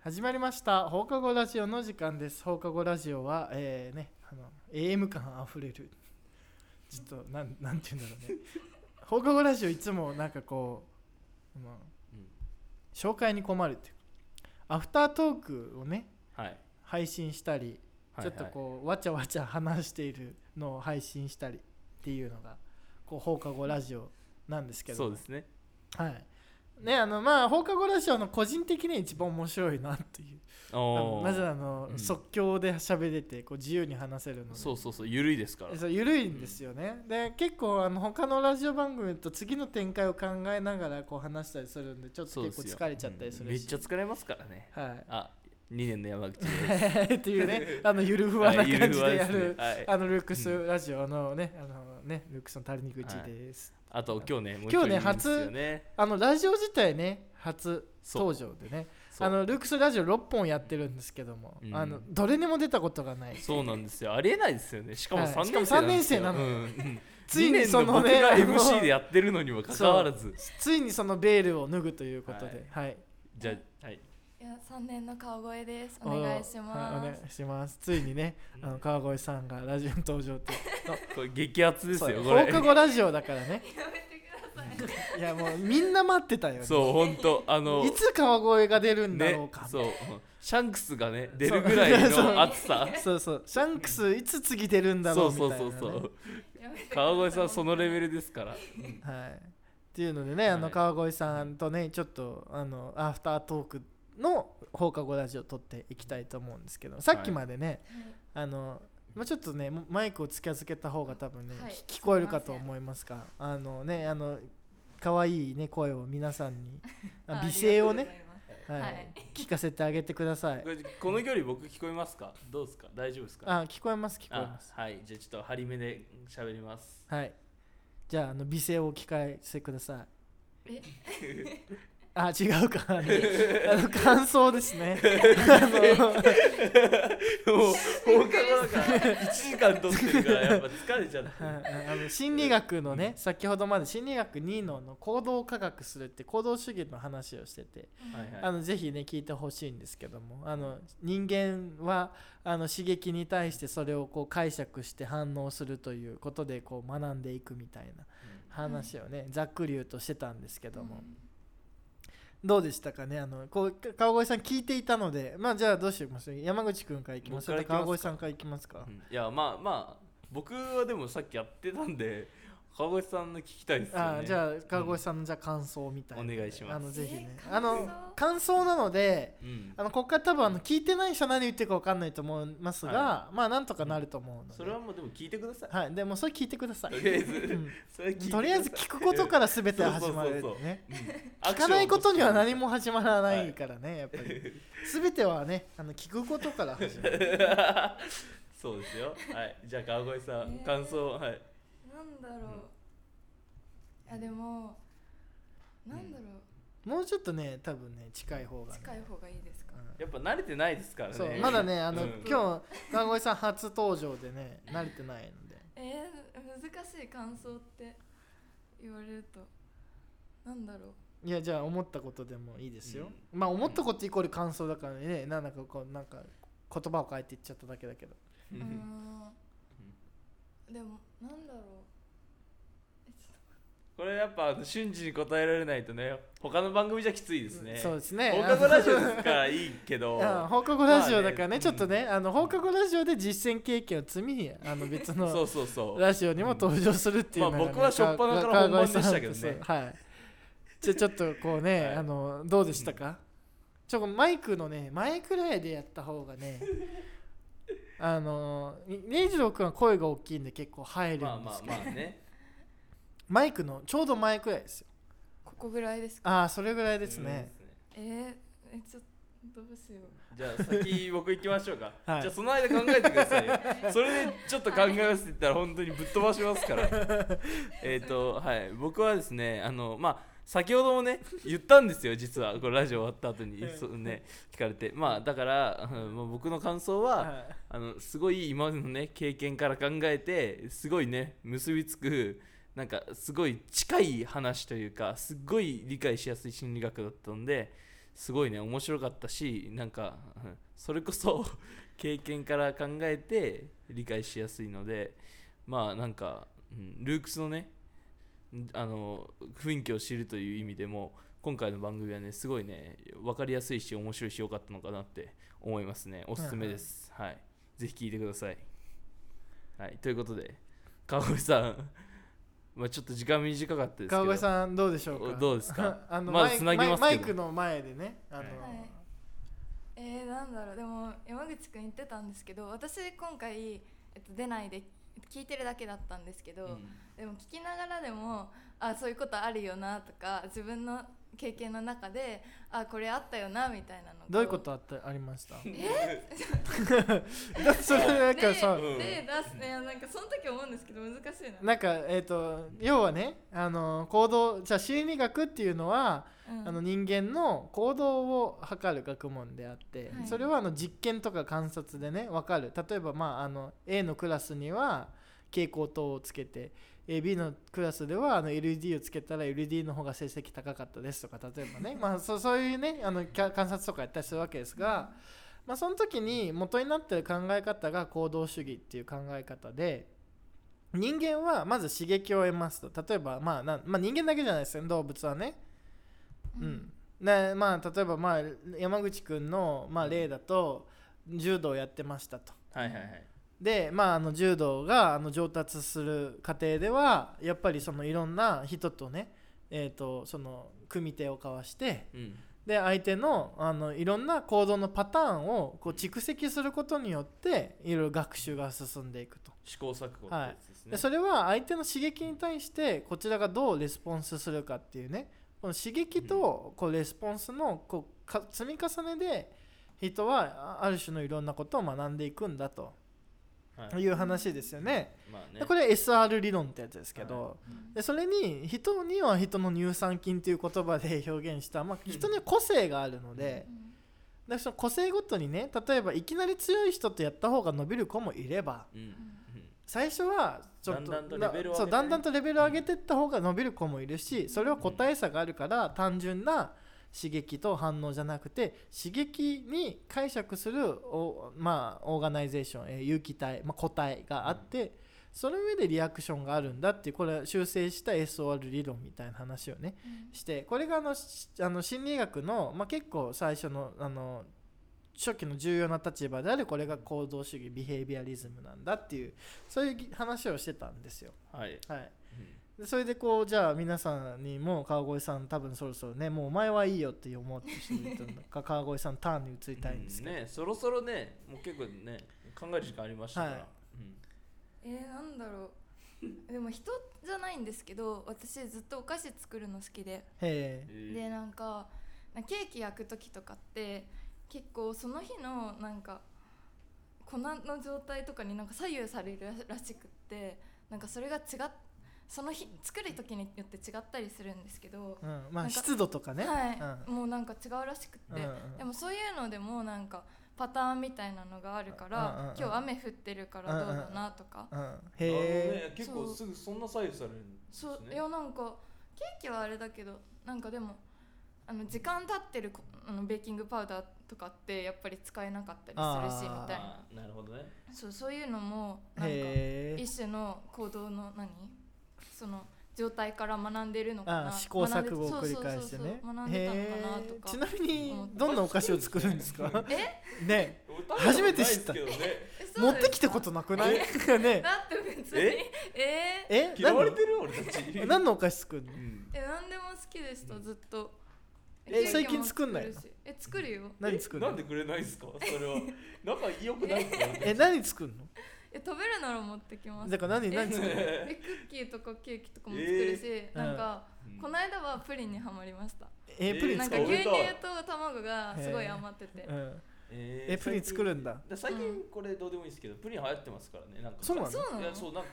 始まりました放課後ラジオの時間です放課後ラジオは、えーね、あの AM 感あふれるちょっとなんなんて言うんだろうね放課後ラジオいつもなんかこう、まあうん紹介に困るっていうかアフタートークをねはい配信したり、はいちょっとこうわちゃわちゃ話しているのを配信したりっていうのがこう放課後ラジオなんですけどそうですねはいねあのまあ放課後ラジオの個人的に一番面白いなっていうあのおーなぜあの、うん即興で喋れてこう自由に話せるのでそうそうそう緩いですからそう緩いんですよね、で結構あの他のラジオ番組と次の展開を考えながらこう話したりするんでちょっとそうで結す構よ疲れちゃったりすうんめるっしちゃ疲れますからねはいあ2年の山口です っていう ねあのゆるふわなはいゆる感ふじわでやですねるはいあのルックうスラジオのねあのねルックスの足りにくいちです、あと今日ねもう今日ね一人いるんですよねあのラジオ自体ね初そう登場でねそうあのルックスラジオ6本やってるんですけども、うんあのどれにも出たことがないそうなんですよありえないですよねしかもはい3しかも年生三年生ななんですよのうんうんついにそのね二あの年の僕が MC でやってるのにもかかわらずついにそのベールを脱ぐということではい、じゃあはいいや三年の川越です。お願いしおまはいおす。願いしますついにねあの川越さんがラジオに登場ってこれ激アツですそうよこれ放課後ラジオだからねやめてください。いやもうみんな待ってたよねそう本当あのいつ川越が出るんだろうねか、そううんシャンクスがね出るぐらい そうの暑さそうそうシャンクスいつ次出るんだろそううみたそいうな、ね、そ うそうやめてく ださい川越さんそのレベルですからはいっていうのでねあのはい川越さんとねちょっとあのアフタートークの放課後ラジオ撮っていきたいと思うんですけどさっきまでね、あのまあちょっとねもマイクを近づけた方が多分ね、はい聞聞こえるかと思いますがあのねあの可愛いね声を皆さん にあ美声をね、。はいはい聞かせてあげてくださいこれこの距離僕聞こえますかどうですか大丈夫ですかあ聞こえます聞こえますあはいじゃあちょっと張り目で喋 りますはい。じゃあ、あの美声をお聞かせください。えあ、違うか。あの あの感想ですね。あもう放課後だから1時間撮ってるからやっぱ疲れちゃってのはいあの心理学のね、先ほどまで心理学2のの行動科学するって行動主義の話をしてて、はいはいあのぜひね聞いてほしいんですけどもあの人間はあの刺激に対してそれをこう解釈して反応するということでこう学んでいくみたいな話をね、ざっくり言うとしてたんですけども、どうでしたかねあのこうか川越さん聞いていたのでまあじゃあどうしましょう山口くんからいきますそれ僕とから行き川ま越すかさんからいきますか、うんいやまあまあ僕はでもさっきやってたんで川越さんの聞きたいですよねあーじゃあ川越さんのじゃあ感想みたいな、お願いしますあのぜひねえあの感想感想なのでうんあのここから多分あの聞いてない人は何言ってるか分かんないと思いますが、はまあなんとかなると思うので、それはもうでも聞いてくださいはいでもそれ聞いてくださいとりあえずうんそれ聞いてくださといりあえず聞くことから全ては始まるねそうそうそう聞かないことには何も始まらなはいいからね、やっぱり全てはねあの聞くことから始まる そうですよはいじゃあ川越さんえー感想はいなんだろう。いやでもなんだろうもうちょっとね多分ね近い方がね、近い方がいいですか。うやっぱ慣れてないですからんねそうまだねあの、うん今日川越さん初登場でね慣れてないのでえー難しい感想って言われるとなんだろう。いやじゃあ思ったことでもいいですよ、まあ思ったことイコール感想だからねなんかこうなんか言葉を変えていっちゃっただけだけどううんん。でもなんだろう。えちょっこれやっぱあの瞬時に答えられないとね他の番組じゃきついですねそうですね放課後ラジオですからいいけど あ放課後ラジオだからね,、まあねちょっとねあの放課後ラジオで実践経験を積みあの別そ のうそうそうラジオにも登場するっていうのが、ねまあ僕は初っ端から本番でしたけ川どね越さんとそうはいじゃあちょっとこうね、はいあのどうでしたか、ちょっとマイクのね前くらいでやった方が ねあのねじろうくんは声が大きいんで結構入るまあんでますあけど、まあねマイクのちょうど前くらいですよとここぐらいですか。ああそれぐらいですね、えーえちょっとどうしよう。じゃあ先僕行きましょうか、はいじゃあその間考えてくださいよ それでちょっと考えますって言ったら本当にぶっ飛ばしますから えっとはい僕はですねあのまあ先ほどもね言ったんですよ実はこれラジオ終わった後にはいそうね聞かれてまあだから、うんまあ僕の感想は、はいあのすごい今までのね経験から考えてすごいね結びつくなんかすごい近い話というかすっごい理解しやすい心理学だったのですごいね面白かったしなんか うんそれこそ 経験から考えて理解しやすいのでまあなんか、うん、ルークスのねんあの雰囲気を知るという意味でも今回の番組はねすごいね分かりやすいし面白いし良かったのかなって思いますねおすすめです、はいぜひ聞いてください、はい、ということで川越さん まあちょっと時間短かったですけど川越さんどうでしょうおかどうですか あのまだマイ繋ぎますけマイどマイクの前でねあの、はいえー、なんだろうでも山口くん言ってたんですけど私今回、えっと、出ないで聞いてるだけだったんですけど、うんでも聞きながらでもあそういうことあるよなとか自分の経験の中であこれあったよなみたいなのどういうことあったありました だってそれなんかさ、ねうんで出すねなんかその時思うんですけど難しいな、なんかえっ、と要はねあの行動じゃあ心理学っていうのは、うんあの人間の行動を測る学問であって、はいそれはあの実験とか観察でね分かる例えば、まあ、あの A のクラスには蛍光灯をつけて A B のクラスではあの LED をつけたら LED の方が成績高かったですとか例えばね、 まあ、そうそういうねあのきゃ観察とかやったりするわけですが、まあ、その時に元になってる考え方が行動主義っていう考え方で。人間はまず刺激を得ますと例えば、まあなんまあ、人間だけじゃないですよ動物はね、うん、でまあ例えば、まあ、山口くんの、まあ、例だと柔道やってましたとはいはいはいで、まあ、あの柔道があの上達する過程ではやっぱりそのいろんな人とね、えー、とその組手を交わしてうんで相手のあのいろんな行動のパターンをこう蓄積することによっていろいろ学習が進んでいくと。試行錯誤ってやつですね、でそれは相手の刺激に対してこちらがどうレスポンスするかっていうねこの刺激とこうレスポンスのこうか積み重ねで人はあある種のいろんなことを学んでいくんだとはいいう話ですよね。まあでねこれは SR 理論ってやつですけど、うんでそれに人には人の乳酸菌という言葉で表現した、まあ、人には個性があるのでうんでその個性ごとにね例えばいきなり強い人とやった方が伸びる子もいれば。うんうん最初はちょっとだんだんとレベルを上げてねなそうだんだんとレベルを上げていった方が伸びる子もいるしそれは個体差があるから単純な刺激と反応じゃなくて刺激に解釈するお、まあ、オーガナイゼーション、えー有機体、まあ、個体があって、その上でリアクションがあるんだっていうこれは修正した SOR 理論みたいな話をねうんしてこれがあのしあの心理学の、まあ、結構最初のあの初期の重要な立場であるこれが行動主義ビヘイビアリズムなんだっていうそういうぎ話をしてたんですよ。はい、はい、うんでそれでこうじゃあ皆さんにも川越さん多分そろそろねもうお前はいいよって思ってる人いるのか 川越さんターンに移りたいんですけど、ねそろそろねもう結構ね考える時間ありましたから、はいえー、なんだろう でも人じゃないんですけど私ずっとお菓子作るの好きでへうえんでなんかなケーキ焼く時とかって結構その日のなんか粉の状態とかになんか左右されるららしくってなんかそれが違っその日作る時によって違ったりするんですけど、うん、まあなんか湿度とかね、はい、もうなんか違うらしくって、うんうんでもそういうのでもなんかパターンみたいなのがあるかうんうんうらん今日雨降ってるからどうだなとか、うんうん、へなるほどえね結構すぐそんな左右されるんですそねういやなんかケーキはあれだけどなんかでもあの時間経ってるこあのベーキングパウダーとかってやっぱり使えなかったりするしあーみたいなあーなるほどねそうそういうのもなんかへえ一種の行動の何その状態から学んでるのかあなあ試行錯誤を繰り返してそうそうねそうそう学んでたのへかなとえかちなみにどんなお菓子を作るんです かえね初めて知った食べたことないです嘘持ってきたことなくないねだって 別にええー、え けどね嫌われ何てる俺たちの 何のお菓子作るのうんえ何でも好きでしたずっとえケーキも最近作んないの作るしえ作るよ何作るえなんのでくれないんすか それは仲良くないんすかえ何作るのえ食べるなら持ってきますだから何え何作 るえクッキーとかケーキとかも作るし、ーなんか、うんこの間はプリンにはまりました、えプリンなん作かるえ牛ー乳と卵がすごい余ってて、うんええプリン作るんだだ最近これどうでもいいですけど、プリン流行ってますからねなんかそうなのそうなのいやそうなんか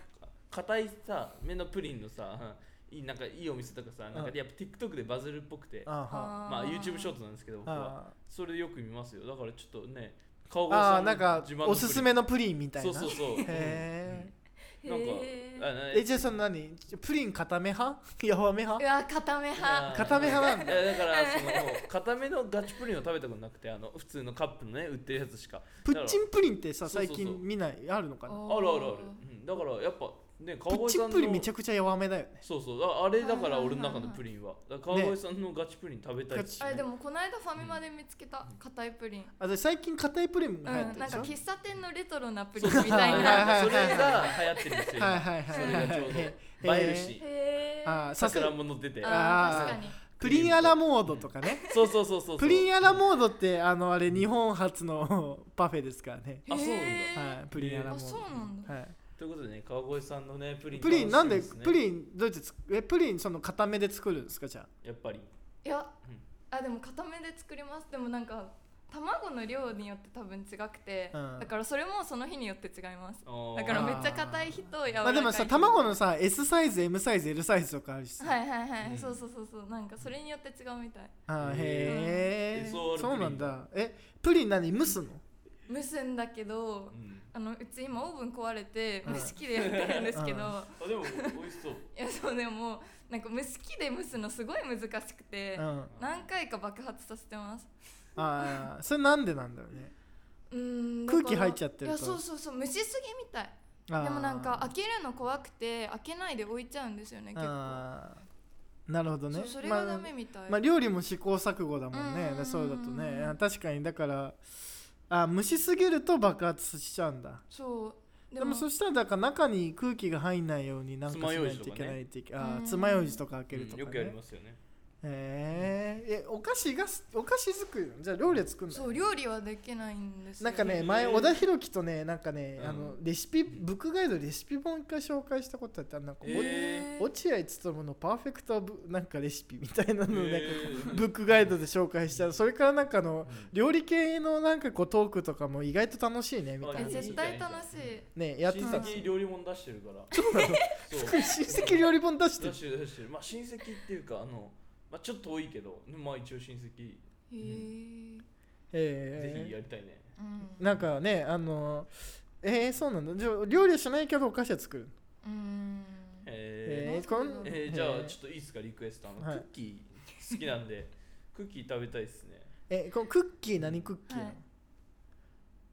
硬いさ目のプリンのさいいなんかいいお店とかさなんかうんやっぱ TikTok でバズるっぽくてあはまあ YouTube ショートなんですけど僕はあそれでよく見ますよだからちょっとね顔あがあなんかおすすめのプリンみたいなそうそうそうへええなんかへーあなえじゃあその何プリン固め派 弱めう派わ固めあー派固め派なんいだやだ からその固めのガチプリンを食べたことなくてあの普通のカップのね売ってるやつしかプッチンプリンってさそうそう最そう近見ないあるのかなあおるあるある、うん、だからやっぱねプッ川越チさンんプリンめのちゃくちゃ弱めだよねそうそうああれだからはいはいはいはい俺の中のプリンはだから川越さんのガチプリン食べたいし、あれでもこの間ファミマで見つけた硬いプリンあで最近硬いプリンうんが流行っなんてかるでしょ、喫茶店のレトロなプそリうそンうみたいはいなはいはい それが流行ってるんですよはいはいはいはいそれがちょうどへ今映えるしへえあーさす桜も乗っててああー確かにプリンアラモードとかねそうそうそうそうそうプリンアラモードってあのあれ日本初の パフェですからね、あそうなんだへーはい、プリンアラモーあドそうなんだはいということでね川越さんのねプリンプリンなんで楽しみすねプリンどうやってつくえプリンその固めで作るんですかじゃやっぱりいやうんあでも固めで作りますでもなんか卵の量によって多分違くて、うんだからそれもその日によって違いますあーだからめっちゃ硬い日と柔らあかいまあでもさ卵ののさ S サイズ M サイズ L サイズとかあるしさ、はいはいはい、うんそうそうそうそうなんかそれによって違うみたいあーうへんえ SOR そうなんだえプリン何蒸すの蒸すんだけど うんあのうち今オーブン壊れてうん蒸し器でやってるんですけど、うんあでも美味しそういやそうでもなんか蒸し器で蒸すのすごい難しくて、うん何回か爆発させてますあーそれなんでなんだろうねうーん空気入っちゃってるいとやそうそうそう蒸しすぎみたいあーでもなんか開けるの怖くて開けないで置いちゃうんですよね結構あーなるほどねそうそれがまダメみたい、あ、まあ料理も試行錯誤だもんねうんそうだとねあ確かにだからあ蒸しすぎると爆発しちゃうんだそうでもそしたらだから中に空気が入んないようになんかしないといけないっていうあうーん爪楊枝とか開けるうとか、んねよくやりますよねへーえお菓子がすお菓子作るのじゃあ料理は作るのそう料理はできないんですよなんかね前小田裕樹とねなんかね、うんあのレシピブックガイドレシピ本一回紹介したことあったなんか、おえ落合務のパーフェクトブなんかレシピみたいなのをなんかーブックガイドで紹介したらそれからなんかあのうん料理系のなんかこうトークとかも意外と楽しいねみたいえな絶対楽しいねやって親たんです戚料理本出してるからそうなのそ 親う戚料理本出して出るしてる出してるまあ親戚っていうかあのまあちょっと遠いけどまあ一応親戚へぜええひやりたいねうんー、なんかねあのえー、そうなんだじゃあ料理はしないけどお菓子は作るうんええー、こんーえーじゃあえーちょっといいですかリクエストあのクはいッキー好きなんでクッキー食べたいですねえこのクッキー何クッキーなの、はいい、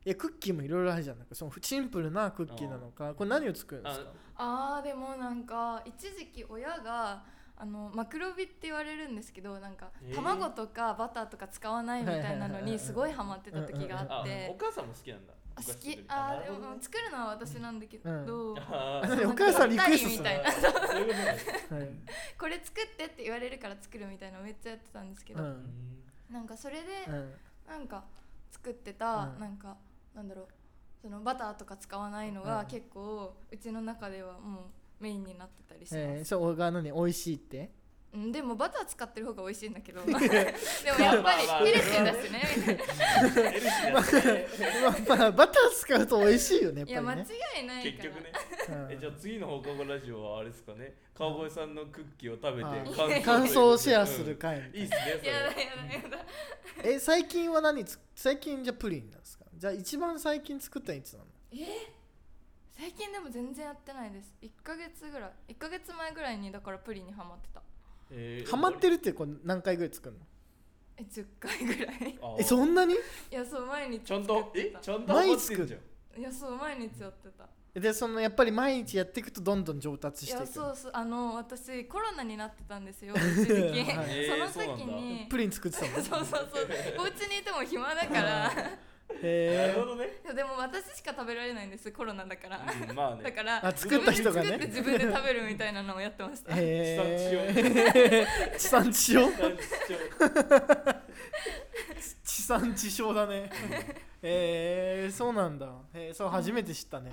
やクッキーもいろいろあるじゃんなんかそのシンプルなクッキーなのかこれ何を作るんですかあーでもなんか一時期親があのマクロビって言われるんですけどなんかへー卵とかバターとか使わないみたいなのはいはいはいはいにすごいハマってた時がああってお母さんも好きなんだあ好お菓子作きるあなーるでほども作るのは私なんだけど、うあーあそうで なおんか母さんリクエストするぴったりみたいなそういうことなんですねはいこれ作ってって言われるから作るみたいなのめっちゃやってたんですけうど、んなんかそれでうんなんか作ってた、うんなんかなんだろうそのバターとか使わないのうがん結構うちの中ではもうメインになってたりします、えー、そうが何美味しいって うんでもバター使ってる方が美味しいんだけどでもやっぱまあまありヘルシーだしねみたいなヘルシーなんですねまあ、まあ、バター使うと美味しいよねいややっぱ間りね違い ない結から局ねうんえじゃあ次の放課後ラジオはあれですかね川越さんのクッキーを食べあてー感想感想をシェアするうん会みたいいいっすな、ねそれやだやだやだえ最近は何つ最近じゃあプリンなんですかじゃあ一番最近作ったのいつなの最近でも全然やってないです1ヶ月ぐらい1ヶ月前ぐらいにだからプリンにハマってたえーハマってるってこう何回ぐらい作るのえ10回ぐらい あーえそんなにいやそう毎日ちゃんとえち作ゃっんとハマって毎ん日じゃ作んてたいやそう毎日やってたでそのやっぱり毎日やっていくとどんどん上達いしていくやのそうそうあの私コロナになってたんで すよ一時期はいへーその時にプリン作ってたの そうそうそうお家にいても暇だからなるへほどね、でも私しか食べられないんですコロナだからうん、まあね だからあ作った人がね自分で作って自分で食べるみたいなのをやって ましたえー、地産地消団地長地産地消だねえー、そうなんだ、えー、そう初めて知ったね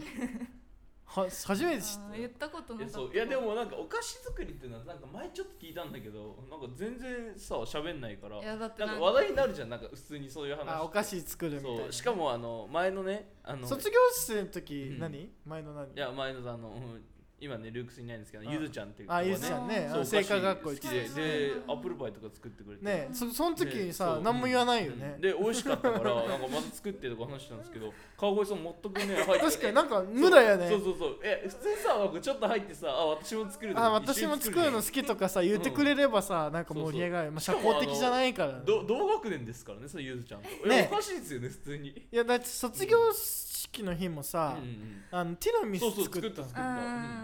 は初めて知っあー言ったことえなかったそういやでもなんかお菓子作りっていうのはなんか前ちょっと聞いたんだけどなんか全然さ喋んないからいやだってななんんかか話題になるじゃんなんか普通にそういうた話あお菓子作るみたいそうなしかもあの前のねあの卒業生の時、うん何前の何いや前のあの、うん今ねルークスいないんですけど、ゆずちゃんっていう子あがゆねずちゃんねそうあの聖聖火火学校好行っきてきたでねてでうんアップルパイとか作ってくれてねそその時にさで何も言わないようねんで美味しかったから なんかまた作ってとか話したんですけど川越さん 全くね入って確かになんか無駄やそねうそうそうえ普通さなんかちょっと入ってさあ私も作るあ私も作るの好好きとかさ言ってくれればさなんか盛り上がるまあ社交的じゃないからど同学年ですからねそれゆずちゃんとえねおかしいですよね普通にいやだって卒業式の日もうんさうんあのティラミそうそスう作作っったたの作ったう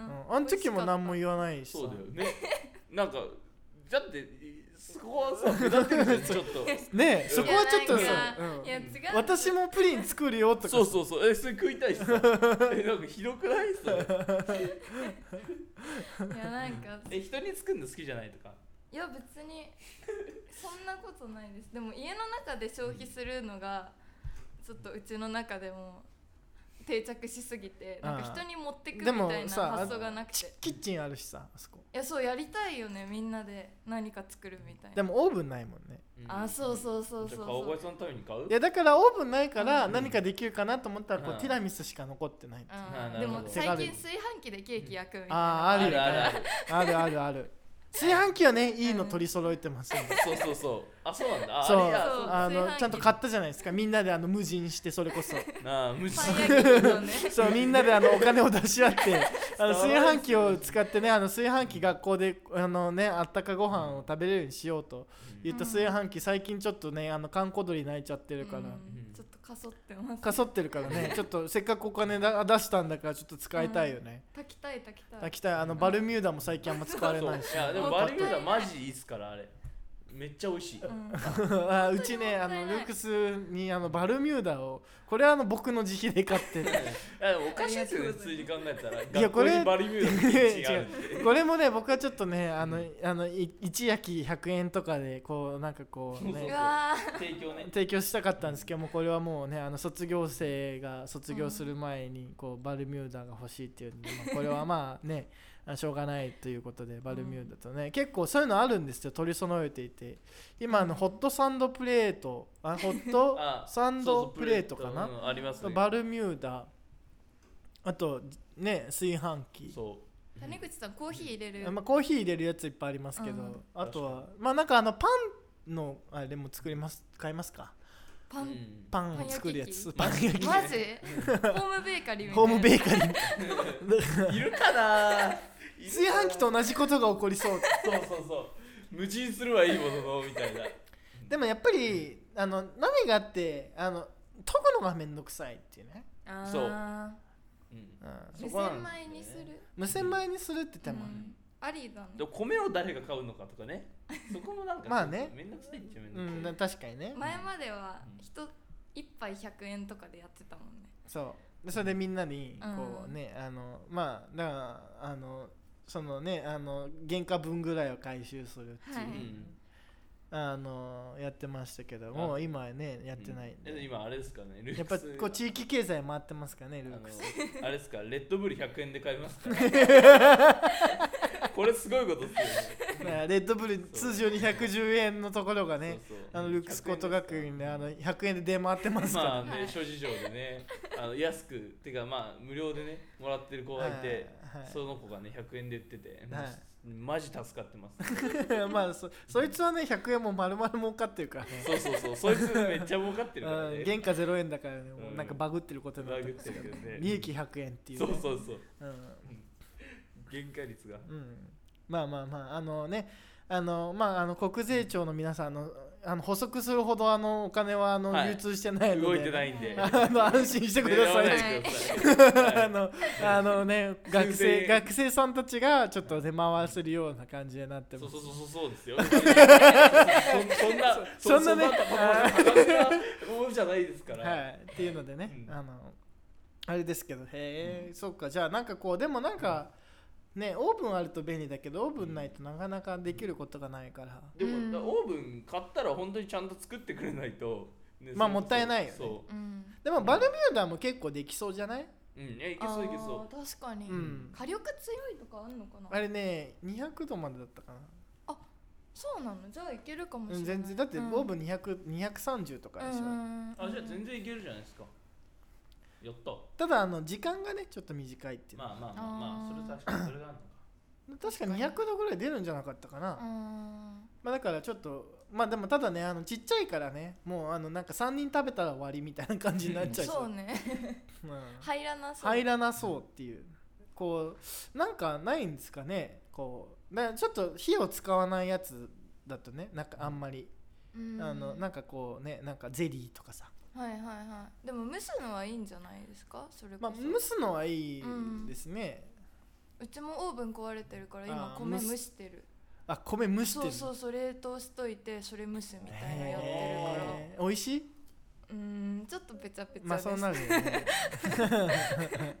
んうんあの時も何も言わないしさそうだよねなんかだってそこはさ下ってるじゃんちょっとねえん そこはちょっといさやうんいや違う私もプリン作るよとかそうそうそうえそれ食いたいしさえなんかひ どくないそれいやなんかえ人に作るの好きじゃないとかいや別にそんなことないですでも家の中で消費するのがちょっとうちの中でも定着しすぎてなんあかあ人に持ってくみでもたいなさ発想がなくキて キッチンあるしさあそこいやそうやりたいよねみんなで何か作るみたいでなもオーブンないもんねあそううそうそんうじそゃあうそ川う越さんのために買ういやだからオーブンないからうん何かできるかなと思ったらこうんうティラミスしか残ってないあなうんるでほども最近炊飯器でケーキ焼くみたいあああなるよねあるあるあるあるある炊飯器はねいいの取り揃えてますよねそうそうそうあそうなんだあそうあれやそうあ炊の飯器ちゃんと買ったじゃないですかみんなであの無人してそれこそなあ無視パン焼き器のねそうみんなであのお金を出し合ってあのそう炊飯器を使ってねあの炊飯器学校であのねあったかご飯を食べれるようにしようと言った炊飯器最近ちょっとねあの閑古鳥 泣いちゃってるから、うんちょっとかそってますかそってるからねちょっとせっかくお金だ出したんだからちょっと使いたいよね、炊きたい炊きたい炊きたいあのバルミューダも最近あんま使われないしそうやでも本当バルミューダマジいいっすからあれめっちゃ美味しい、 うんあ うちねあの本当にもったいないルックスにあのバルミューダをこれはあの僕の自費で買っていやでもおかしいですよね普通に考えたらいや学こ校れにバルミューダの位置があるんでこれもね僕はちょっとねあうのあのい一焼き100円とかでこうなんかこうそううそうねわ提供ね提供したかったんですけどもうこれはもうねあの卒業生が卒業する前にこうバルミューダが欲しいっていうんで、まあこれはまあね あしょうがないということでバルミューダとね、結構そういうのあるんですよ取り揃えていて今あのホットサンドプレートあホットあサンそうドそうプレートかなうんありますねバルミューダあとね炊飯器そうー谷口さんコーヒー入れるまあ、コーヒー入れるやついっぱいありますけど、うんあとはまあなんかあのパンのあれも作ります買いますかパうンんパンを作るやつパパンン焼焼ききマジホームベーカリーみたいなホームベーカリーいるかな炊飯器と同じことが起こりそうそうそうそう無人するはいいもののみたいなでもやっぱりあの何があってあの研ぐのがめんどくさいっていうね、あーそうそ無こなん洗です米よねにする無洗米にするって手もある、うんありだねでも米を誰が買うのかとかねそこもなんかまあねめんどくさいっちゃめんうどんくさだい確かにね、前まではうん一一杯100円とかでやってたもんねそうでそれでみんなにうんこうね、あのまあだからあのそのねあの原価分ぐらいを回収するっていう、はいうんあのやってましたけどあもう今はねやってないんで、え今あれですかねルやーっクぱスこう地域経済回ってますからねあルークスのあれですかレッドブル100円で買いま すからこれすごいことですよねまあレッドブルそう通常に110円のところがねそうそあうのルークス高等学院であの100円で出回ってますから、まあね諸事情でねあの安くてかまあ無料でねもらってる子がいて、はいその子がね100円で売ってて、はマジ助かってます まあそそいつはね100円も丸々儲かってるからねそうそうそうそいつめっちゃ儲かってるからうねん原価0円だからね、うんなんかバグってることになバっグてっるてるけどね利益100円っていう、そうね、そうそううん原価率がうん、まあまあまああのねあのまああの国税庁の皆さんあのあの補足するほどあのお金はあの、はい流通してないので動いてないん であの安心してください、ね狙わないでくださいあのあのね 学数千生円学生さんたちがちょっと出回するような感じになってそまうすそうそうそうそうですよ。そそんなねそんなそんな高くなものじゃないですから。はい、っていうのでね、うんあのあれですけどへえ、そっかじゃあなんかこうでもなんか、ねオーブンあると便利だけどオーブンないとなかなかできることがないから、でも、うんだからオーブン買ったら本当にちゃんと作ってくれないと、ねまあもそれこそったいないよねそ。うんでもバルミューダも結構できそうじゃないううん、いやいけあそういけーそ確かにうん火力強いとかあんのかなあれね200度までだったかなそうなのじゃあいけるかもうしれなんい全然だってオーブンン200230とかでしょ、う。あ、じゃあ全然いけるじゃないですか。やったただあの時間がねちょっと短いっていうのまは、あまあまあまああそーれ確かにそれがあるのか確か200度ぐらい出るんじゃなかったかな、うんまあだからちょっとまあでもただねあのちっちゃいからねもうあのなんか3人食べたら終わりみたいな感じになっちゃいそうそうねうん入らなそう入らなそうっていうこうなんかないんですかねこうなちょっと火を使わないやつだとねなんかあんまり、うんあのなんかこうねなんかゼリーとかさ、はいはいはいでも蒸すのはいいんじゃないですかそれまあ、こそ、蒸すのはいいですね、うちもオーブン壊れてるから今あー米蒸す蒸してるあ米蒸してそるうそうそう冷凍しといてそれ蒸すみたいなやってるからへー美味しいうーんちょっとペチャペチャまあです、そうなるよね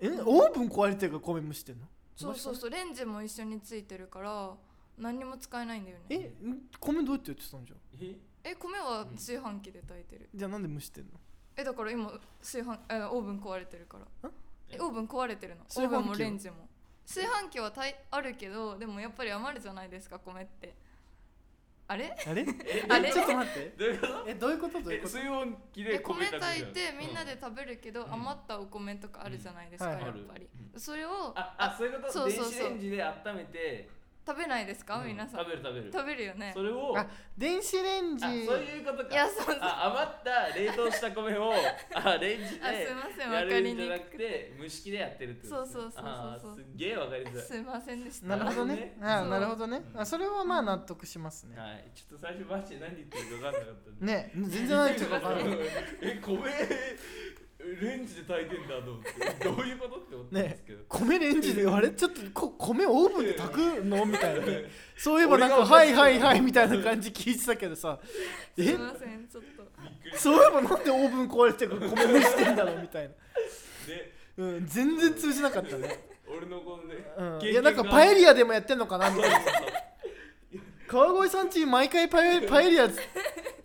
えオーブン壊れてるから米蒸してんのそうそうそうレンジも一緒についてるから何にも使えないんだよねえん米どうやってやってたんじゃんええ米は炊飯器で炊いてるじゃあなんで蒸してんのえだから今炊飯えオーブン壊れてるからんえオーブン壊れてるのオ炊飯器ーはブンもレンジも炊飯器はたいあるけどでもやっぱり余るじゃないですか米ってあれあれあれちょっと待ってどういうことえどういうことどういえうこと炊飯器えで米炊くじゃん炊いてみんなうで食べるけど、うん余ったお米とかあるじゃないですか、うんはいやっぱり、それをああそういうことそうそうそ電う子レンジで温めて食べないですか、うん皆さん食べる食べる食べるよねそれをあ電子レンジあそういうことかいやそうそうあ余った冷凍した米 をあレンジあすいでませんや分かるりんじゃになくくて蒸し器でやってるってことです、ね、そうそうそうそうそうあーすっげえわかりづらいすいませんでしなたるほどねあそうなるほどねうんあそれはまあ納得しますねはい、ちょっと最初マジで何言ってるか分かんなかったんでね全然何言ってるか分からない え米レンジで炊いてんだと思ってどういうことって思ったんですけど、米レンジであれちょっとこ米オーブンで炊くのみ たいなねそういえばなんか「俺がは同いじはいはい」みたいな感じ聞いてたけどさすいえませんちょっとびっくりしそういえばなんでオーブン壊れてるから米蒸してんだろうみたいな、てでうん、全然通じなかったね、俺のこのねうん、経い験やなんかパエリアでもやってんのかなみたいな川越さんち毎回パエ パエリア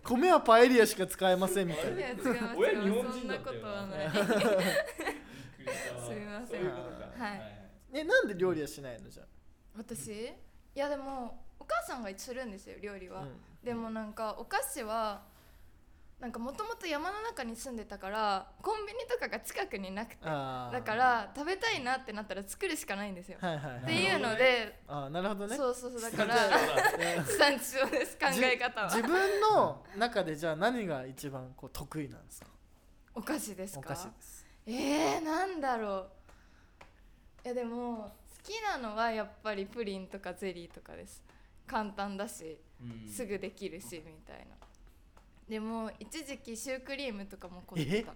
米はパエリアしか使えませんみたいいなや違います親日違い本ますそ人んだなったこよとなはな いびっくりしたわすいませんそういうことかはい えなんで料理はしないのじゃ私いやでもお母さんがするんですよ料理あ、は、うんでもなんかお菓子はなんかもともと山の中に住んでたからコンビニとかが近くになくてあーだから食べたいなってなったら作るしかないんですよはいはいはっていいうので、あーなるほどねそうそうそうだだかからえー地産地消です考え方は自分の中でじゃあ何が一番こう得意なんですかお菓子ですかお菓子ですえー、なんだろういやでも好きなのはやっぱりプリンとかゼリーとかです簡単だしすぐできるしみたいなでも一時期シュークリームとかも凝ってた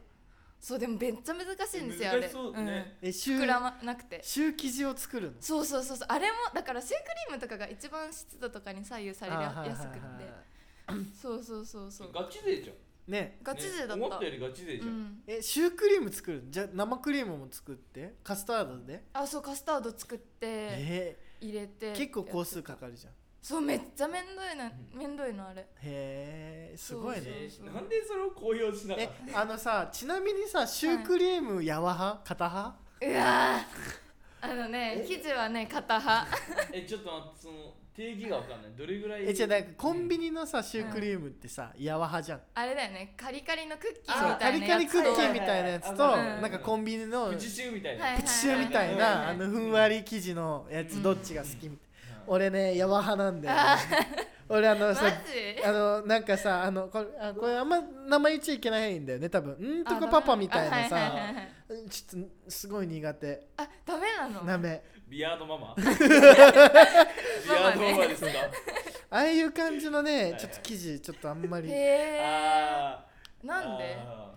そうでもめっちゃ難しいんですよあれ難しそうねえシュうん、膨らーまなくてシュー生地を作るのそうそうそうそうあれもだからシュークリームとかが一番湿度とかに左右されあーやはいやはいすくはていはそうそうそうそうガチ勢じゃいんねガチ勢だった、ね思ったよりガチ勢じゃうん、んえシュークリーム作るのじゃあ生クリームも作ってカスタードであそうカスタード作ってえ入れてー結構工数かかかるじゃんそうめっちゃめんどいなうんめんどいのあれへえすごいねそうそうそうなんでそれを公表しなかっえたあのさちなみにさシュークリームやわ派片派うわーあのね生地はね肩派えちょっと待ってその定義がわかんないどれぐらいえじゃあなんかコンビニのさシュークリームってさやわ派じゃんあれだよねカリカリのクッキそうーみカたいリなカやリつクとッキーみたいなやつとうんなんかコンビニのププチチシューみたいな、はいはいシューみたいはいなはあいのふんわり生地のやうつんどっちが好きみたいうん俺ねやわ派なんだよね俺あの マさジあのなんかさあのこれあこれあんま名前言っちゃいけないんだよね多分んーとかパパみたいなあさははいはいはいうんちょっとすごい苦手あダメなのダメビアードママビアードママですかああいう感じのいねはいちょっと生地ちょっとあんまりへえあーなんであ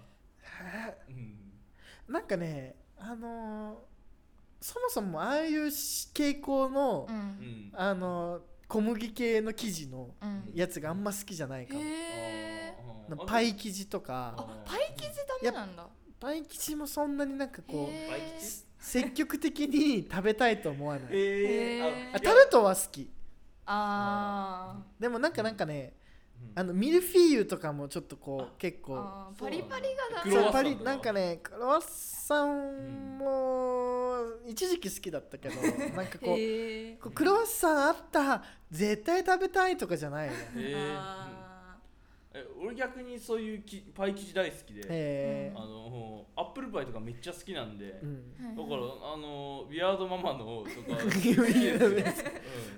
ーうんなんかねあのーそもそもああいうし傾向のう、うんんあのー小麦系の生地のうんやつがあんま好きじゃないかも、へえなあーパイ生地とかあパイ生地ダメなんだパイ生地もそんなになんかこうへーパイ生地積極的に食べたいと思わないえー、へーああタルトは好きあでもなんかなんかねうんあのミルフィーユとかもちょっとこう結ー構あーパリパリがダクメロそワうッサパンとかリなんかねクロワッサンも一時期好きだったけどなんかこうへえこうクロワッサンあった絶対食べたいとかじゃないねへーあーえ俺逆にそういうきパイ生地大好きで、えあのアップルパイとかめっちゃ好きなんで、ーうん、はいはいだからあのビアード ママのとかいやいやいやう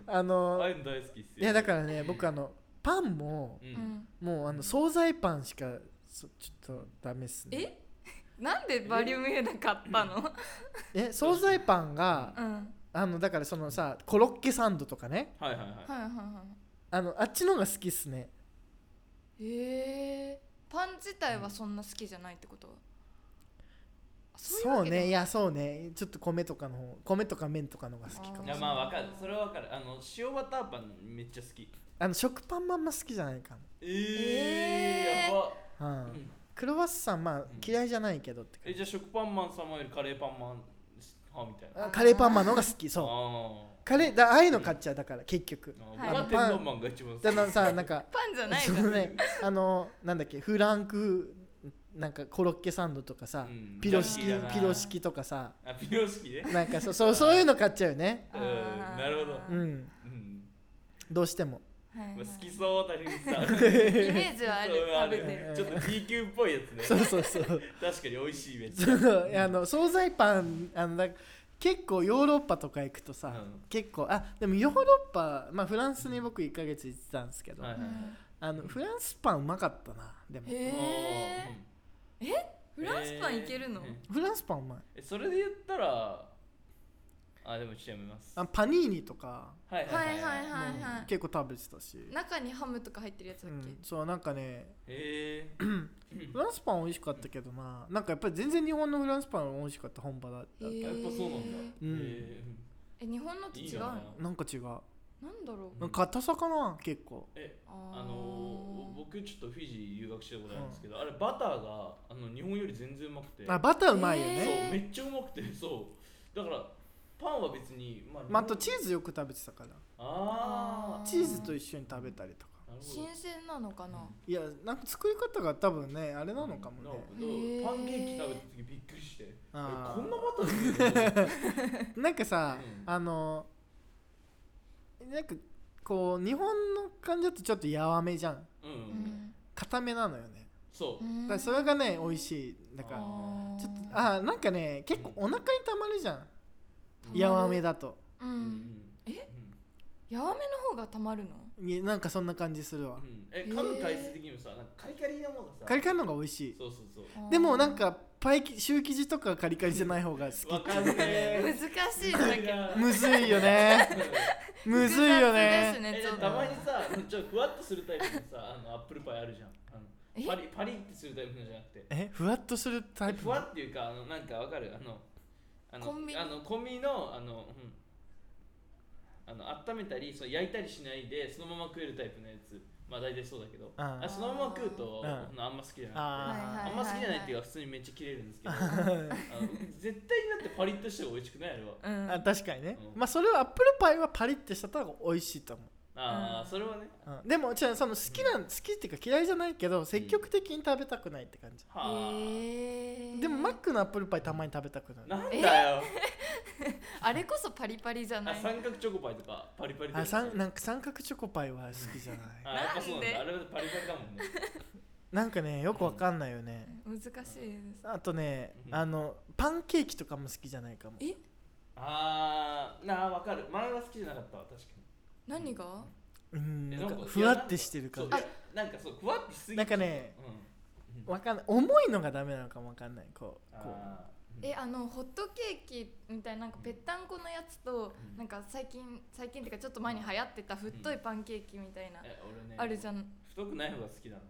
あん、ああのいうの大好きっすいよやだからね僕あのパンもううんんもうあの惣菜パンしかそちょっとダメっすねえなんでバリウム油なかったのえ惣菜パンがうんあのだからそのさコロッケサンドとかねはいはいはい、はいはいはいあのあっちのが好きっすねえー、パン自体はそんな好きじゃないってこと、あいそうわけでねいはやそうねちょっと米とかの方米とか麺とかのが好きかもしれいやないまあわかるそれはわかるあの塩バターパンめっちゃ好きあの食パンもあんま好きじゃないかええやーば、も、うんうんクロワッサンまあ嫌いじゃないけどってえ感じじゃあ食パンマン様よりカレーパンマン派みたいなあカレーパンマンの方が好きあそーうカレーだああいうの買っちゃうだから結局あはい僕は天丼マンが一番好きだからさなんかパンじゃないそかのらねあのなんだっけフランクなんかコロッケサンドとかさ、うんピロシキジャンキーだなピロシキとかさあ美容式ねなんかそそうそういうの買っちゃうよねうんなるほどうはんいうんどうしてもはいまあ好きそうだけどさイメージはあるそう食べてるちょっと B 級っぽいやつそうねそうそう確かに美味しいめっちそゃうあの惣菜パンあのだ結構ヨーロッパとか行くとさ、うん結構あでもヨーロッパ、まあ、フランスに僕1ヶ月行ってたんですけど、はいはいあのフランスパンうまかったなでもへえフランスパンいけるの、えーフランスパンうまいえそれで言ったらあでもちょっとやめますあパニーニとかはいははいはいいははいいへは結構食べてたし、い中にハムとか入ってるやつうだっけ、ん、そうなんかねえフランスパン美味しかったけどななんかやっぱり全然日本のフランスパンは美味しかった本場だった、へえやっぱそうなんだうんへえ日本のーとい違いうなのなんか違うなんなんだろうか硬さかな結構えああのーー僕ちょっとフィジー留学してたことあるんですけどあれバターがあの日本より全然うまくてあバターうまいよそうね、えーめっちゃうまくてそうだからパンは別にまあまあ、あとチーズよく食べてたからああチーズと一緒に食べたりとかなるほ新鮮なのかな、いやなんか作り方が多分ねあれなのかもねどなんかへーパンケーキ食べた時びっくりしてえこんなあーバターでてるなんかさ、うんあのなんかこう日本の感じだとちょっとやわめじゃんのううんん固めなのよねそうだからそれがね美味いしいだからあちょっとあーなんかね結構お腹にたまるじゃんやわめだとううんんえうんヤワメの方がたまるのいなんかそんな感じするわうんえ噛む回数的にもさなんかカリカリなものがさカリカリの方が美味しいそうそうそうでもなんかパイ生地シュー生地とかカリカリじゃない方が好きわかんねあー難えしいんだけどむずいよね むずいよ複雑ですね えねじちゃょあっとたまにさちょっとふわっとするタイプのさあのアップルパイあるじゃんあのえパリパリってするタイプのじゃなくてえふわっとするタイプふわっていうかあのなんかわかるあのあのコンビニあのコンビニのあの、うん、あの温めたりそう焼いたりしないでそのまま食えるタイプのやつまあ大体そうだけどあーあそのまま食うと、うんあのあんま好きじゃなくてはいああんま好きじゃないっていうか普通にめっちゃ切れるんですけ どあの 絶対にだってパリッとしても美味しくないあれはうーんあ確かにね、うんまあそれはアップルパイはパリッてした方が美味しいと思うああ、うんそれはねうんでもじゃあその好きな、好きっていうか嫌いじゃないけど積極的に食べたくないって感じ、はあ、えーでもマックのアップルパイたまに食べたくなるなんだよあれこそパリパリじゃなあい三角チョコパイとかパリパリとあかさんなんか三角チョコパイは好きじゃないあやっぱそうなんだあなんれはパリパリだもんねなんかねよくわかんないよね、難しいですあとねうんあのパンケーキとかも好きじゃないかもえあーなあわかる前は好きじゃなかったわ確か何がうんにえなんいかやふわってしてる感なんじかそういやなんかそうふわってしすぎなんかねうんわかんない重いのがダメなのかもわかんないこうこあーえあのホットケーキみたいななんかぺったんこのやつと、うんなんか最近最近っていうかちょっと前に流行ってた太いパンケーキみたいな、え俺ねあるじゃん太くない方が好きだな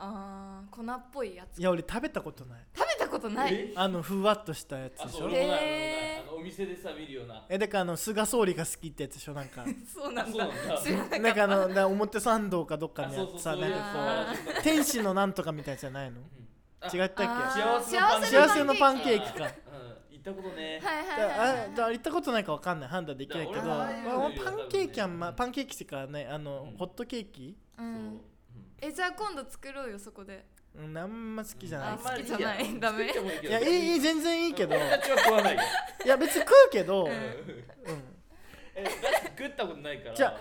あー粉っぽいやつういや俺食べたことない食べたことないえあのふわっとしたやつあでしそうょ俺もないへー俺もないあのお店でさ見るようなえだからあの菅総理が好きってやつでしょなんか そうなあんそうなだんだ知らなかったなんかあのだ表参道かどっかあのそやうそうつそさうないんうかこうやつだ天使のなんとかみたいじゃないのうん違ったっけあー幸せ幸せのパンケはーキかうん行ったことねいはいだはかいはいらあだから行ったことないかわかんない判断できないけどだまからあ俺もまあああいパうのよりはンケーキは、多分ねまあ、パンケーキっていうかねあの、うんホットケーキ、うそうんうんえじゃあ今度作ろうよそこでうん、あんま好きじゃなあいんまり好きじゃないやダメ作ってもいいいけどやいいいい全然いいけど俺たちは食わないよいや別に食うけど、うんえだって食ったことないからじゃあ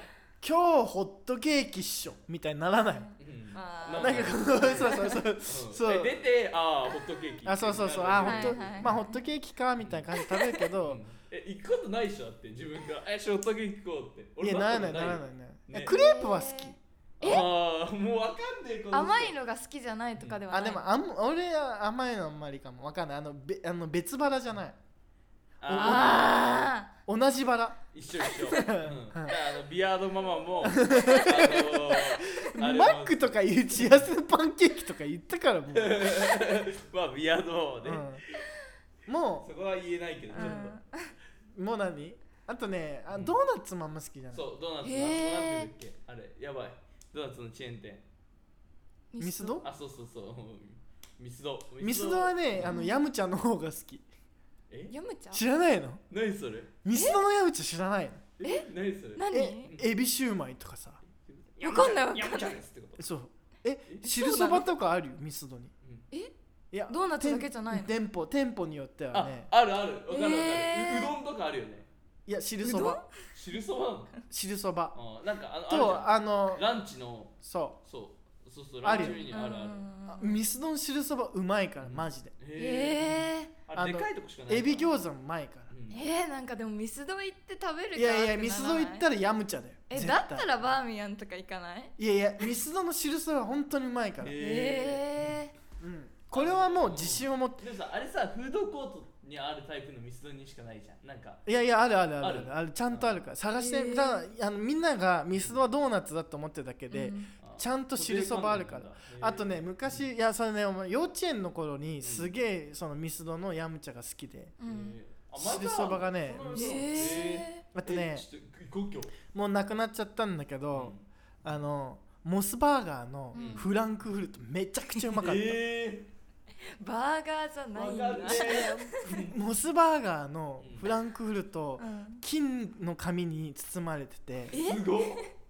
今日ホットケーキっしょみたいにならないうんあーななんかこうそうそうそううんそうえ出てああホットケーキあそうそうそうなあるほどホッはいト、はいまあホットケーキかみたいな感じで食べるけど、え行くことないでしょだって自分がえショートケーキ行こうっていやならないならないねクレープは好きえああもう分かんねえこの人甘いのが好きじゃないとかではあなでいもあん俺は甘いのあんまりかもわかんないあのべあの別腹じゃないああー同じ腹ー一緒一緒、うん、あはいのビアードママ もあのマあれもックとかいう幸せのパンケーキとか言った からもう、 まあビアードママね、うん、もそこは言えないけどちょっうもう何あとねあうんドーナツもあんま好きじゃないと、そうドーナツなへーなんていうっけあれやばいドーナツのチェーン店うんミスドあそうそうそう ミスドミスドはねあのヤムチャの方が好きえヤムチャ知らないの何それミスドのヤムチャ知らないのえ何それえ何エビシューマイとかさわかんないわかんないやむちゃですってことそうええ汁そばとかあるよミスドにうんいやドーナツだけじゃないの店舗店舗によってはあねあるあるわかるわかるえうーうどんとかあるよねいや汁そば汁そばなの汁そばあーなんかあのあとあのるじゃんランチのそそうそうそうラあンるチよメニューあるあるうあうんミスドの汁そばうまいからマジでへええーあれあのでかいとこしかないエビ子餃子もうまいからえー、なんかでもミスド行って食べるかいやいやミスド行ったららヤムチャだよえ絶だ対ったらバーミヤンとか行かないいやいやミスドの汁そばは本当にうまいから、えうん、これはもう自信を持ってでもさあれさフードコートにあるタイプのミスドにしかないじゃんなんかいやいやあるあるあるああるるあるちゃんとあるから探して、へーただあのみんながミスドはドーナツだと思ってるだけー、で、うんあーちゃんと汁そばあるから固定観念なんだあとね昔いやそれねお前幼稚園の頃にすげえそのミスドのヤムチャが好きでへーうんへーあまた汁そばがねそんなのうえんそーうへあーとねえちょっと故郷もうなくなっちゃったんだけど、あのモスバーガーのうんフランクフルトめちゃくちゃうまかった、えバーガーじゃーないんわだかるねモスバーガーのフランクフルト、うん金の紙に包まれててえすごっ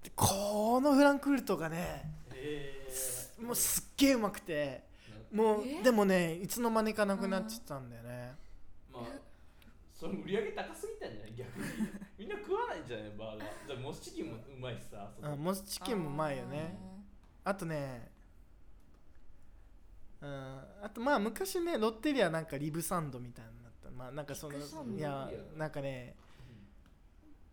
でこのフランクフルトがね えすーもうすっげえうまくてもえうでもねいつの間にかなくなっちゃったんだよねまあそれ売り上げ高すぎたんじゃない逆に みんな食わないんじゃないバーガーじゃあモスチキンもうまいしさあそこあモスチキンもうまいよねあとねうんあとまあ昔ねロッテリアなんかリブサンドみたいになったまあなんかそのリブサンドいやなんかね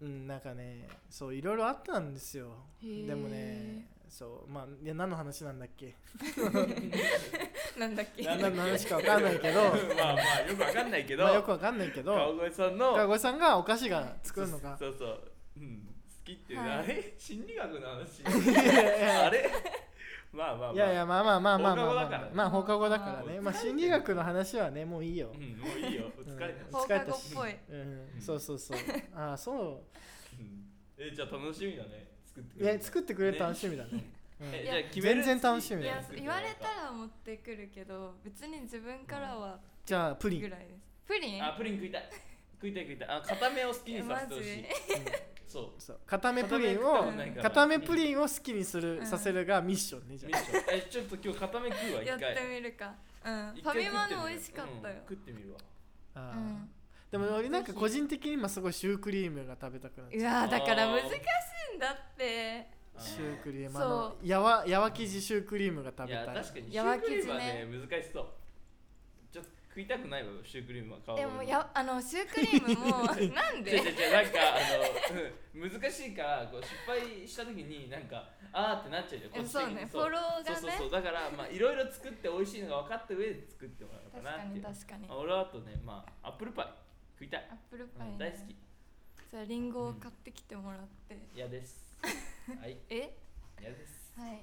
うんなんかねそういろいろあったんですよへーでもねそうまあいや何の話なんだっけあーなんだっけな何んの話か分かんないけど まあまあよくわかんないけど、まあよく分かんないけど川越さんの川越さんがお菓子が作るのがそうそう、うん、好きっていうね、はいあれ心理学の話いやいや あれまあまあまあいやいやまあまあまあまあまあま放課後だからあまあ放課後だからねあーまあ心理学の話はねもういいようん、もういいよ疲れた、放課後っぽいうんそうそう そうああそうんえじゃあ楽しみだね作ってういや作ってくれる楽ししみだねうんえいじやゃあ決める全然楽しみいだよや言われたら持ってくるけど別に自分からはじゃあプぐリらいンですプリンあプリン食いたい食いたい食いたいあ片目を好きいにやさマせてジほしいでそうそう片目プリンを片目食ったことないから片目プリンンを好きにするうんさせるがミッションねじゃミッあションえちょっと今日片目食うわ一や回ってみるかうん一フ回ァミ食っマてみるの美味しかったようん食ってみるわあうーんでも俺なんか個人的に今すごいシュークリームが食べたくなっちゃううわーだからあー難しいんだってあシュークーリームあそうのやわやわ生地シュークリームが食いべたやい確かにシュやわーきクリーじねムはね難しそうちょっと食いたくないわシュークリームは顔でもやあのシュークリー ムもな違んう違うで違うなんかあの、うん、難しいからこう失敗した時になんかあーってなっちゃうじゃんこっち的そうにねフォローそうがそうねそうだからまあいろいろ作って美味しいのが分かった上で作ってもらおう確かなかっていにう確かにあ俺はあとねまあアップルパイ食いたい、アップルうパイ、ん、大好きじゃあリンゴを買ってきてもらって、嫌です はいえ嫌ですはいい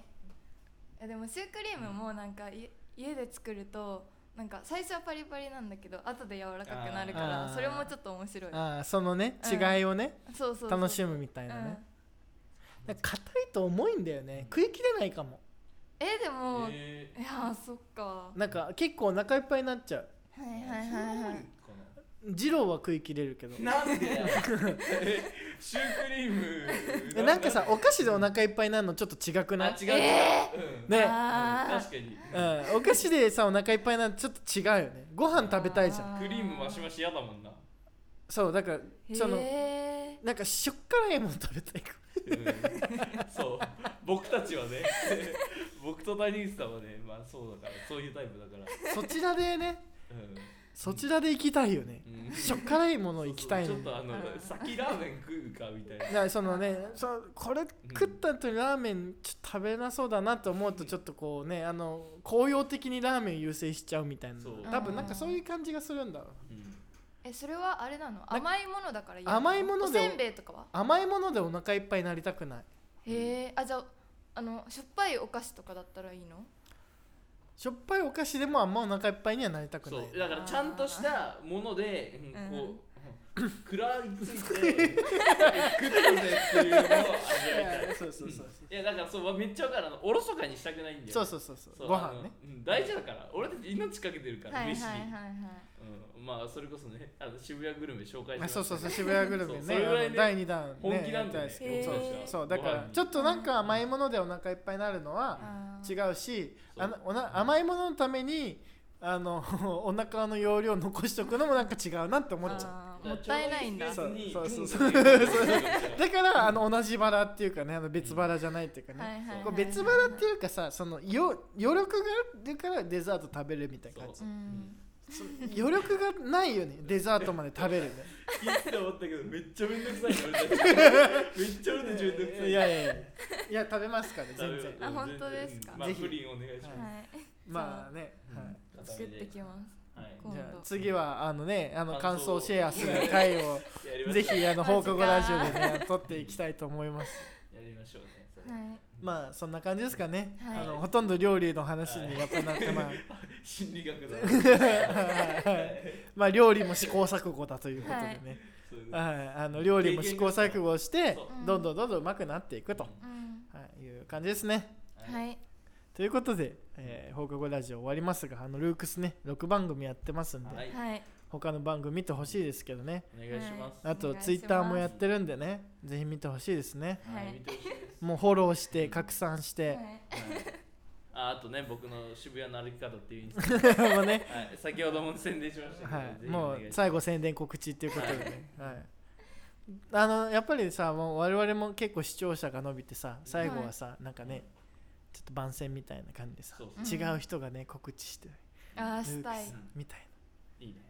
やでもシュークリームもなんかい家で作るとなんか最初はパリパリなんだけど後で柔らかくなるかあらーそれもちょっと面白いあーそのねうん違いをねそうそうそう楽しいむみたいなねなんか硬いと重いんだよね食い切れないかもえでも、えいやーそっかはなんか結構お腹いっぱいになっちゃういはいはいはい二郎は食い切れるけどなんでだよえシュークリー えムなんかさお菓子でお腹いっぱいになるのちょっと違くあな違いう違う、うんねうんあ確かにうん、お菓子でさお腹いっぱいになるのちょっと違うよねご飯食べたいじゃんあークリームマシマシ嫌だもんなそうだからーそのへなんかしょっからいもん食べたいかうんそう僕たちはね 僕と谷口さんはねまあそうだからそういうタイプだからもそちらでねうそちらで行きたいよね、ん、うん、しょっからいもの行きたいそのうにそうちょっとあのうん先ラーメン食うかみたいなだからそのねそこれ食った後にラーメンちょっと食べなそうだなと思うとちょっとこうねあの効用的にラーメン優先しちゃうみたいなそう多分なんかそういう感じがするんだろううんえそれはあれなの甘いものだから嫌甘いものでおせんべいとかは甘いものでお腹いっぱいになりたくないへえあじゃああのしょっぱいお菓子とかだったらいいのしょっぱいお菓子でもあんまお腹いっぱいにはなりたくないそうだからちゃんとしたもので、うんうこう、くらいついて食ってぜいやいやっていうのを味わいたいそうそうそううんいやだからそうめっちゃ分からんのおろそかにしたくないんだよそうそうそうそうそうご飯ねあのうん大事だから俺たち命かけてるから、はいはい飯に、はいうん、まあそれこそねあの渋谷グルメ紹介しあまそうしそうたそう渋谷グルメそうそれねぐらいねあの第2弾ね本気なやんだりねたいでへーすけどえそうだからちょょっっとなんか甘いものでお腹いっぱいになるのははい違ううしあのおな甘いもののためにあの お腹の容量残しとくのもなんか違うなって思っちゃゃもったいないんだそうそうそうそ ううだからあの同じバラっていうかねあの別バラじゃないっていうかはいねはいはいこう別バラっていうかさそのよ余力があるからデザート食べるみたいな感じそううんそ余力がないよねデザートまで食べるね聞いてて思ったけどめっちゃめんどくさいな俺たちめっちゃ俺たちめんどくさいいやいやいやいや食べますから全然あ本当ですかまあ、ぜひプリンお願いしまはいまあね、うんはい作ってきますす。はい今じ度ゃあ次はあのねあの感感想想ををシェアする回を やりましょうぜひあの報告ラジオマでね撮っていきたいと思います やりましょうね。それはいまあそんな感じですかね、はいあのほとんど料理の話にやっぱなってまあ、 心理学だ。まあ料理も試行錯誤だということでね、そういうのはいあの料理も試行錯誤してそううんどんどんどんどん上手くなっていくと、うんはい、いう感じですねはい。はいということで、えー放課後ラジオ終わりますがあのルークスね6番組やってますんで、はいはい他の番組見てほしいですけどねお願いします。あとお願いしますツイッターもやってるんでねぜひ見てほしいですねはいはい見てほしいですもうフォローして拡散しはて、いはいああとね、僕の渋谷の歩き方っていうインスタ、 もうね、はい、先ほども宣伝しましたけど、はい、ぜひおもう願いします最後宣伝告知っていうことでね、はい、あのやっぱりさもう我々も結構視聴者が伸びてさ最後はさ、なんかねちょっと番宣みたいな感じでさそううんそう、違う人がね告知してるああルしーたいクはいスみたいいいね。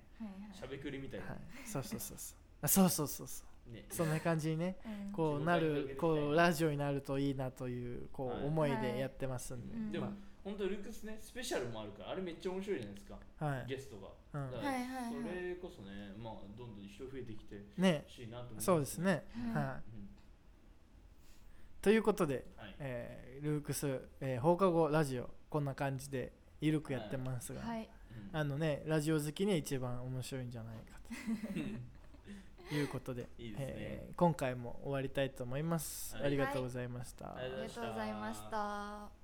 しゃはべくりみたいな、なはい、そうそうそうそうあそうそうそうそうね。そんな感じにねいうんこうなるそうこうラジオになるといいなというこはいう思いはいでやってますんで、うんでも本当ルックスね、スペシャルもあるから、あれめっちゃ面白いじゃないですか。はいゲストが。うんだかはいらはいはいそれこそね、まあどんどん人増えてきてねほしいなと思いますそうです。ね、うんはいうんということで、はい。えールークス、えー放課後ラジオこんな感じでゆるくやってますが、はいうんあのねラジオ好きには一番面白いんじゃないかということで いいですねえー今回も終わりたいと思います、はいありがとうございました、はいありがとうございましたありがとうございました